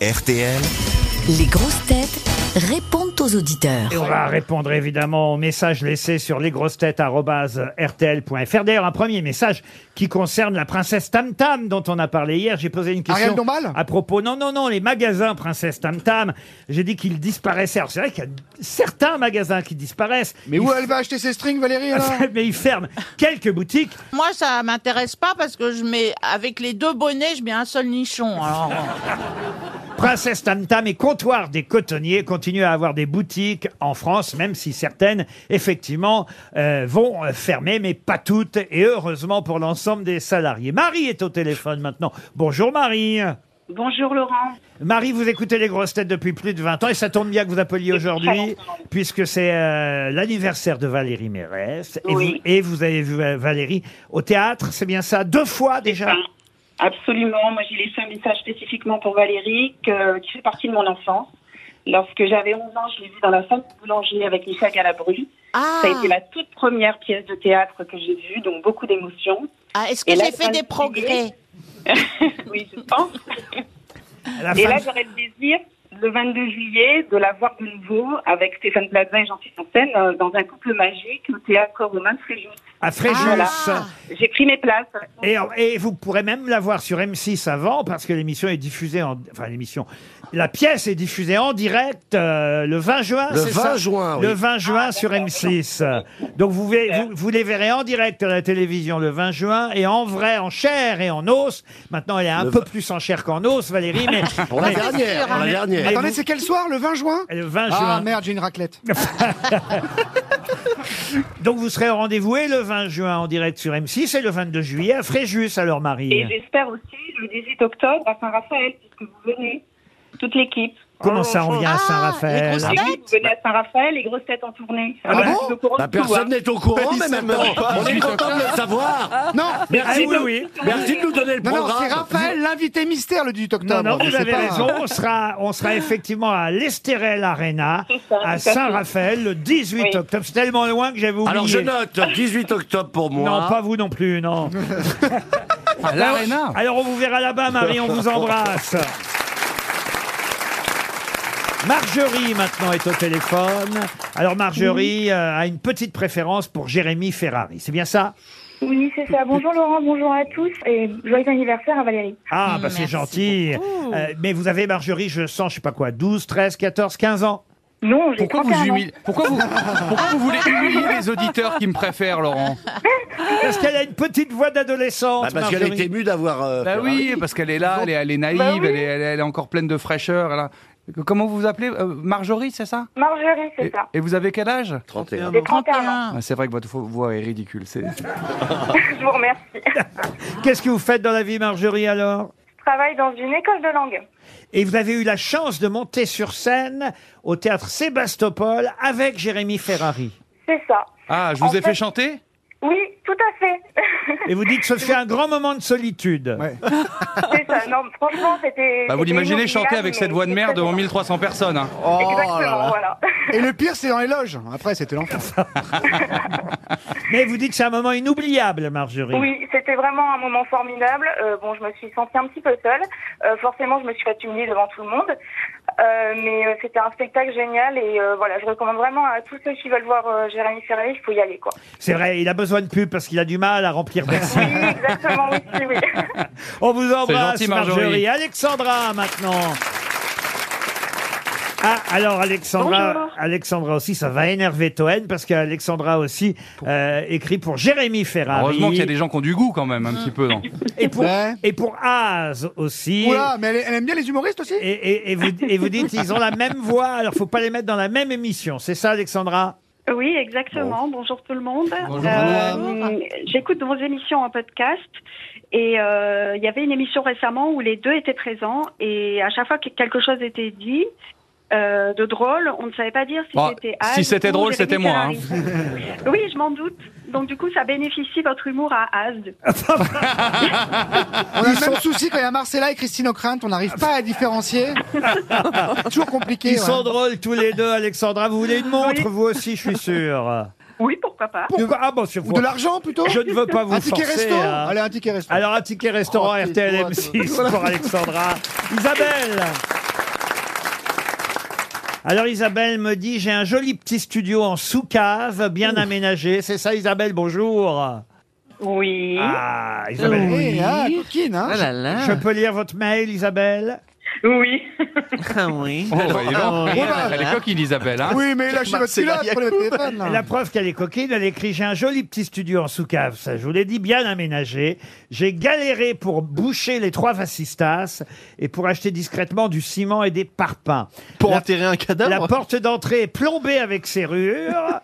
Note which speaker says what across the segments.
Speaker 1: RTL.
Speaker 2: Les grosses têtes répondent aux auditeurs.
Speaker 3: Et on va répondre évidemment aux messages laissés sur lesgrossetêtes.rtl.fr. D'ailleurs, un premier message qui concerne la princesse Tam Tam dont on a parlé hier. J'ai posé une question
Speaker 4: Ariel Dombal
Speaker 3: à propos. Non, non, non, les magasins princesse Tam Tam. J'ai dit qu'ils disparaissaient. Alors c'est vrai qu'il y a certains magasins qui disparaissent.
Speaker 4: Mais
Speaker 3: Ils-
Speaker 4: où elle va acheter ses strings, Valérie alors
Speaker 3: Mais ils ferment quelques boutiques.
Speaker 5: Moi, ça m'intéresse pas parce que je mets avec les deux bonnets, je mets un seul nichon. Alors,
Speaker 3: Princesse Tam Tam et comptoir des cotonniers continuent à avoir des boutiques en France, même si certaines, effectivement, euh, vont euh, fermer, mais pas toutes, et heureusement pour l'ensemble des salariés. Marie est au téléphone maintenant. Bonjour Marie.
Speaker 6: Bonjour Laurent.
Speaker 3: Marie, vous écoutez les grosses têtes depuis plus de 20 ans, et ça tombe bien que vous appeliez aujourd'hui, puisque c'est euh, l'anniversaire de Valérie Mérès. Et,
Speaker 6: Oui.
Speaker 3: vous, et vous avez vu euh, Valérie au théâtre, c'est bien ça, deux fois déjà.
Speaker 5: Ah.
Speaker 6: Enfin, absolument. Moi, j'ai laissé un message spécifiquement pour Valérie, que- qui fait partie de mon enfance. Lorsque j'avais 11 ans, je l'ai vue dans la salle de boulanger avec Michel Galabru.
Speaker 5: ah,
Speaker 6: Ça a été la toute première pièce de théâtre que j'ai vue, donc beaucoup d'émotions.
Speaker 5: Ah, est-ce que
Speaker 6: Et là,
Speaker 5: j'ai fait
Speaker 6: ça
Speaker 5: des
Speaker 6: me
Speaker 5: progrès
Speaker 6: oui, je pense.
Speaker 3: À la
Speaker 6: Et
Speaker 3: fin
Speaker 6: là,
Speaker 3: de-
Speaker 6: j'aurai le désir, le 22 juillet, de la voir de nouveau avec Stéphane Plaza et Jean-Philippe Fontaine euh, dans un couple magique au théâtre romain de Fréjus.
Speaker 3: à Fréjus.
Speaker 6: ah,
Speaker 5: Voilà.
Speaker 6: J'ai pris mes places.
Speaker 3: Et, et vous pourrez même la voir sur M6 avant, parce que l'émission est diffusée en. Enfin, l'émission. La pièce est diffusée en direct euh, le 20 juin.
Speaker 7: Le
Speaker 3: c'est
Speaker 7: 20
Speaker 3: ça
Speaker 7: juin, oui.
Speaker 3: Le 20 juin sur M6. Donc vous, ve- vous, vous les verrez en direct à la télévision le 20 juin et en vrai, en chair et en os. Maintenant, elle est un
Speaker 7: Le
Speaker 3: peu
Speaker 7: vingt-
Speaker 3: plus en chair qu'en os, Valérie, mais.
Speaker 7: Pour la
Speaker 3: mais-
Speaker 7: dernière,
Speaker 5: hein.
Speaker 7: pour la
Speaker 3: mais-
Speaker 7: dernière.
Speaker 3: mais
Speaker 4: Attendez,
Speaker 3: vous-
Speaker 4: c'est quel soir Le 20 juin
Speaker 3: le 20
Speaker 4: Ah
Speaker 3: juin.
Speaker 4: merde, j'ai une raclette.
Speaker 3: Donc vous serez au rendez-vous et le 20 juin en direct sur M6 et le 22 juillet à Fréjus, alors Marie.
Speaker 6: Et j'espère aussi le 18 octobre à Saint-Raphaël, puisque vous venez, toute l'équipe.
Speaker 3: Comment ça, on vient à
Speaker 5: Ah, les
Speaker 3: Saint-Raphaël
Speaker 5: grosses
Speaker 6: Ah oui, vous venez à Saint-Raphaël, les grosses têtes en tournée.
Speaker 3: Ah
Speaker 6: Alors,
Speaker 4: bon
Speaker 6: je suis au courant
Speaker 7: La
Speaker 8: Bah,
Speaker 6: de tout,
Speaker 7: personne
Speaker 6: hein.
Speaker 7: n'est au courant, mais
Speaker 4: Ils savent
Speaker 7: maintenant,
Speaker 4: pas.
Speaker 7: on est content de le savoir.
Speaker 4: Non,
Speaker 3: Ah
Speaker 7: Merci,
Speaker 3: oui,
Speaker 7: de,
Speaker 3: oui.
Speaker 7: merci de nous donner le
Speaker 4: non, non,
Speaker 7: programme.
Speaker 4: c'est Raphaël, l'invité mystère le 18
Speaker 3: Non,
Speaker 4: octobre.
Speaker 3: non,
Speaker 4: Je
Speaker 3: vous
Speaker 4: sais
Speaker 3: avez
Speaker 4: pas.
Speaker 3: raison. On sera, on sera effectivement à l'Estérel Arena,
Speaker 6: C'est ça,
Speaker 3: à
Speaker 6: tout à fait.
Speaker 3: Saint-Raphaël, le 18
Speaker 6: Oui.
Speaker 3: octobre. C'est tellement loin que j'avais oublié.
Speaker 7: Alors je note 18 octobre pour moi. Bah, hein.
Speaker 3: Non, pas vous non plus, non.
Speaker 4: À l'Arena
Speaker 3: Alors on vous verra là-bas, Marie, on vous embrasse. Marjorie maintenant est au téléphone. Alors Marjorie euh, a une petite préférence pour Jérémy Ferrari. C'est bien ça
Speaker 9: hein. Oui, c'est ça. Bonjour Laurent, bonjour à tous et joyeux anniversaire à Valérie.
Speaker 3: Ah, bah
Speaker 5: Merci
Speaker 3: c'est gentil.
Speaker 5: beaucoup.
Speaker 3: Euh, mais vous avez Marjorie, je sens, je sais pas quoi, 12, 13, 14, 15 ans.
Speaker 9: Non, j'ai 31 ans.
Speaker 8: pourquoi vous, pourquoi vous voulez humilier les auditeurs qui me préfèrent, Laurent
Speaker 3: Parce qu'elle a une petite voix d'adolescente.
Speaker 7: Bah, parce qu'elle est
Speaker 3: Marjorie.
Speaker 7: émue d'avoir. euh,
Speaker 8: Bah
Speaker 7: Ferrari.
Speaker 8: oui, parce qu'elle est là, elle est, elle est naïve,
Speaker 9: Bah oui.
Speaker 8: elle, est, elle est- elle est encore pleine de fraîcheur. elle a- Comment vous vous appelez euh, Marjorie, c'est ça
Speaker 9: Marjorie, c'est
Speaker 8: et,
Speaker 9: ça.
Speaker 8: et vous avez quel âge
Speaker 7: 31.
Speaker 9: J'ai 31 ans.
Speaker 5: 31.
Speaker 8: Ah, C'est vrai que votre fo- voix est ridicule. c'est-
Speaker 9: Je vous remercie.
Speaker 3: Qu'est-ce que vous faites dans la vie, Marjorie, alors
Speaker 9: Je travaille dans une école de langue.
Speaker 3: Et vous avez eu la chance de monter sur scène au théâtre Sébastopol avec Jérémy Ferrari.
Speaker 9: C'est ça.
Speaker 8: Ah, je
Speaker 9: En
Speaker 8: vous ai
Speaker 9: fait-
Speaker 8: fait chanter
Speaker 9: Oui, tout à fait.
Speaker 3: Et vous dites, ce fut un grand moment de solitude.
Speaker 4: Ouais.
Speaker 9: c'est ça. Non, franchement, c'était.
Speaker 8: bah, Vous
Speaker 9: c'était
Speaker 8: l'imaginez chanter
Speaker 9: inoubliable,
Speaker 8: avec
Speaker 9: mais
Speaker 8: cette voix de merde devant 1300 personnes. hein.
Speaker 4: Oh là
Speaker 9: Exactement,
Speaker 4: là.
Speaker 9: voilà.
Speaker 4: Et le pire, c'est dans les loges. Après, c'était l'enfance.
Speaker 3: Mais vous dites, c'est un moment inoubliable, Marjorie.
Speaker 9: Oui, c'était vraiment un moment formidable. Euh, bon, je me suis sentie un petit peu seule. Euh, forcément, je me suis fait humilier devant tout le monde. Euh, mais euh, c'était un spectacle génial et euh, voilà, je recommande vraiment à tous ceux qui veulent voir euh, Jérémy Ferré, il faut y aller quoi.
Speaker 3: C'est vrai, il a besoin de pub parce qu'il a du mal à remplir Bercy.
Speaker 9: Oui, exactement, oui, si, oui.
Speaker 3: On vous embrasse,
Speaker 8: gentil,
Speaker 3: Marjorie.
Speaker 8: Marjorie.
Speaker 3: Alexandra, maintenant. Ah, alors Alexandra,
Speaker 9: Bonjour.
Speaker 3: Alexandra aussi, ça va énerver Toen parce qu'Alexandra aussi euh, écrit pour Jérémy Ferrari.
Speaker 8: Heureusement qu'il y a des gens qui ont du goût quand même, un petit peu. non
Speaker 3: Et pour,
Speaker 4: Ouais.
Speaker 3: et pour Az aussi.
Speaker 4: Oula, mais elle, elle aime bien les humoristes aussi
Speaker 3: Et, et- et vous, et vous dites, ils ont la même voix, alors faut pas les mettre dans la même émission. C'est ça, Alexandra
Speaker 9: Oui, exactement. Bonjour tout le monde.
Speaker 8: Bonjour.
Speaker 9: Euh, J'écoute vos émissions en podcast et euh, il y avait une émission récemment où les deux étaient présents et à chaque fois que quelque chose était dit euh, de drôle, on ne savait pas dire si
Speaker 8: Bon,
Speaker 9: c'était
Speaker 8: Bah, si
Speaker 9: Az
Speaker 8: c'était
Speaker 9: ou
Speaker 8: drôle,
Speaker 9: Jérémy
Speaker 8: c'était moi, hein.
Speaker 9: Ferrari. oui, je m'en doute. Donc du coup, ça bénéficie votre humour à Az.
Speaker 4: On a le même souci quand il y a Marcella et Christine O'Crinte. On n'arrive pas à différencier. Toujours compliqué.
Speaker 3: Ils
Speaker 4: ouais.
Speaker 3: sont drôles tous les deux, Alexandra. Vous voulez une montre, vous aussi, je suis sûr.
Speaker 9: Oui, pourquoi pas
Speaker 3: Pourquoi Ah bon, c'est
Speaker 4: Ou de l'argent plutôt
Speaker 3: Je ne veux pas vous
Speaker 4: Un ticket
Speaker 3: forcer,
Speaker 4: resto
Speaker 3: hein.
Speaker 4: Allez, un ticket resto.
Speaker 3: Alors, un ticket restaurant
Speaker 4: Oh, t'es
Speaker 3: RTL
Speaker 4: toi,
Speaker 3: M6 pour Alexandra. Isabelle Alors Isabelle me dit, j'ai un joli petit studio en sous-cave, bien aménagé. C'est ça Isabelle, bonjour.
Speaker 6: Oui.
Speaker 3: Ah, Isabelle.
Speaker 4: Oui, ah, coquine, hein.
Speaker 1: Ah là là.
Speaker 3: Je peux lire votre mail, Isabelle
Speaker 6: Oui.
Speaker 1: Ah oui.
Speaker 8: Oh, bah, dis donc.
Speaker 1: Ah oui,
Speaker 4: Ouais,
Speaker 1: ah
Speaker 4: bah,
Speaker 1: là
Speaker 8: Elle est
Speaker 1: là.
Speaker 8: coquine, Isabelle. Hein
Speaker 4: Oui, mais lâchez votre culotte, prenez votre téléphone. là.
Speaker 3: La preuve qu'elle est coquine, elle écrit J'ai un joli petit studio en sous-cave, ça je vous l'ai dit, bien aménagé. J'ai galéré pour boucher les trois vacistas et pour acheter discrètement du ciment et des parpaings.
Speaker 1: Pour
Speaker 3: La-
Speaker 1: enterrer un
Speaker 3: La
Speaker 1: cadavre
Speaker 3: porte d'entrée est plombée avec serrure.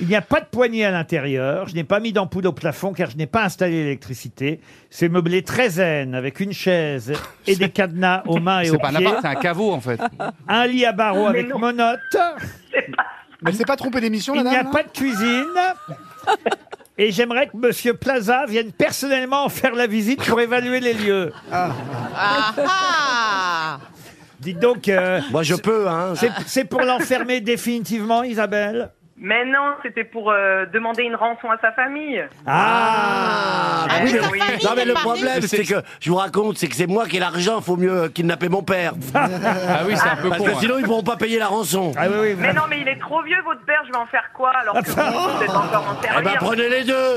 Speaker 3: Il n'y a pas de poignée à l'intérieur. Je n'ai pas mis d'ampoule au plafond car je n'ai pas installé l'électricité. C'est meublé très zen avec une chaise et des cadenas aux mains et aux
Speaker 8: C'est pas un
Speaker 3: pieds.
Speaker 8: appart, c'est un caveau en fait.
Speaker 3: Un lit à barreaux
Speaker 6: Mais
Speaker 3: avec
Speaker 6: non.
Speaker 3: monote.
Speaker 4: Mais c'est pas trompé d'émission, hein
Speaker 3: Il
Speaker 4: la
Speaker 3: n'y a
Speaker 4: dame là
Speaker 3: pas de cuisine. Et j'aimerais que Monsieur Plaza vienne personnellement faire la visite pour évaluer les lieux.
Speaker 5: Ah ah
Speaker 3: Dites donc, euh,
Speaker 7: Moi, je peux, hein.
Speaker 3: c'est- c'est pour l'enfermer définitivement, Isabelle
Speaker 10: Mais non, c'était pour euh, demander une rançon à sa famille.
Speaker 3: Ah,
Speaker 5: Ah, mais
Speaker 7: oui,
Speaker 5: sa
Speaker 7: mais-
Speaker 5: famille
Speaker 7: Non, mais
Speaker 5: est
Speaker 7: le
Speaker 5: partie.
Speaker 7: problème, c'est que je vous raconte, c'est que c'est moi qui ai l'argent, faut mieux euh, kidnapper mon père.
Speaker 8: Ah oui, c'est un peu
Speaker 7: Parce
Speaker 8: con.
Speaker 7: que
Speaker 8: hein.
Speaker 7: sinon, ils pourront pas payer la rançon.
Speaker 3: Ah oui, oui,
Speaker 10: Mais
Speaker 3: vraiment.
Speaker 10: non, mais il est trop vieux, votre père, je vais en faire quoi alors que vous, vous êtes encore hein. en
Speaker 7: Eh ben,
Speaker 10: servir
Speaker 7: prenez les deux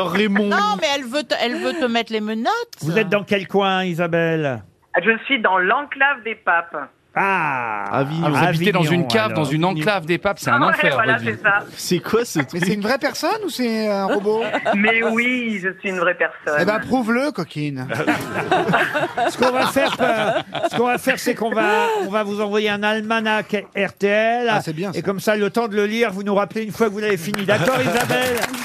Speaker 1: Raymond.
Speaker 5: Non, mais elle veut, te, elle veut te mettre les menottes.
Speaker 3: Vous êtes dans quel coin, Isabelle
Speaker 10: Je suis dans l'enclave des papes.
Speaker 3: Ah
Speaker 1: Avignon.
Speaker 8: Vous habitez dans une cave,
Speaker 3: alors.
Speaker 8: dans une enclave des papes, c'est un
Speaker 10: Ah Ouais,
Speaker 8: enfer.
Speaker 10: voilà,
Speaker 8: votre vie.
Speaker 10: c'est ça.
Speaker 1: C'est quoi ce
Speaker 4: Mais
Speaker 1: truc
Speaker 4: c'est une vraie personne ou c'est un robot
Speaker 10: Mais oui, je suis une vraie personne.
Speaker 4: Eh ben, prouve-le, coquine.
Speaker 3: Ce qu'on va faire, euh, ce qu'on va faire, c'est qu'on va, on va vous envoyer un almanach RTL.
Speaker 4: Ah, c'est bien,
Speaker 3: Et
Speaker 4: ça.
Speaker 3: comme ça, le temps de le lire, vous nous rappelez une fois que vous l'avez fini. D'accord, Isabelle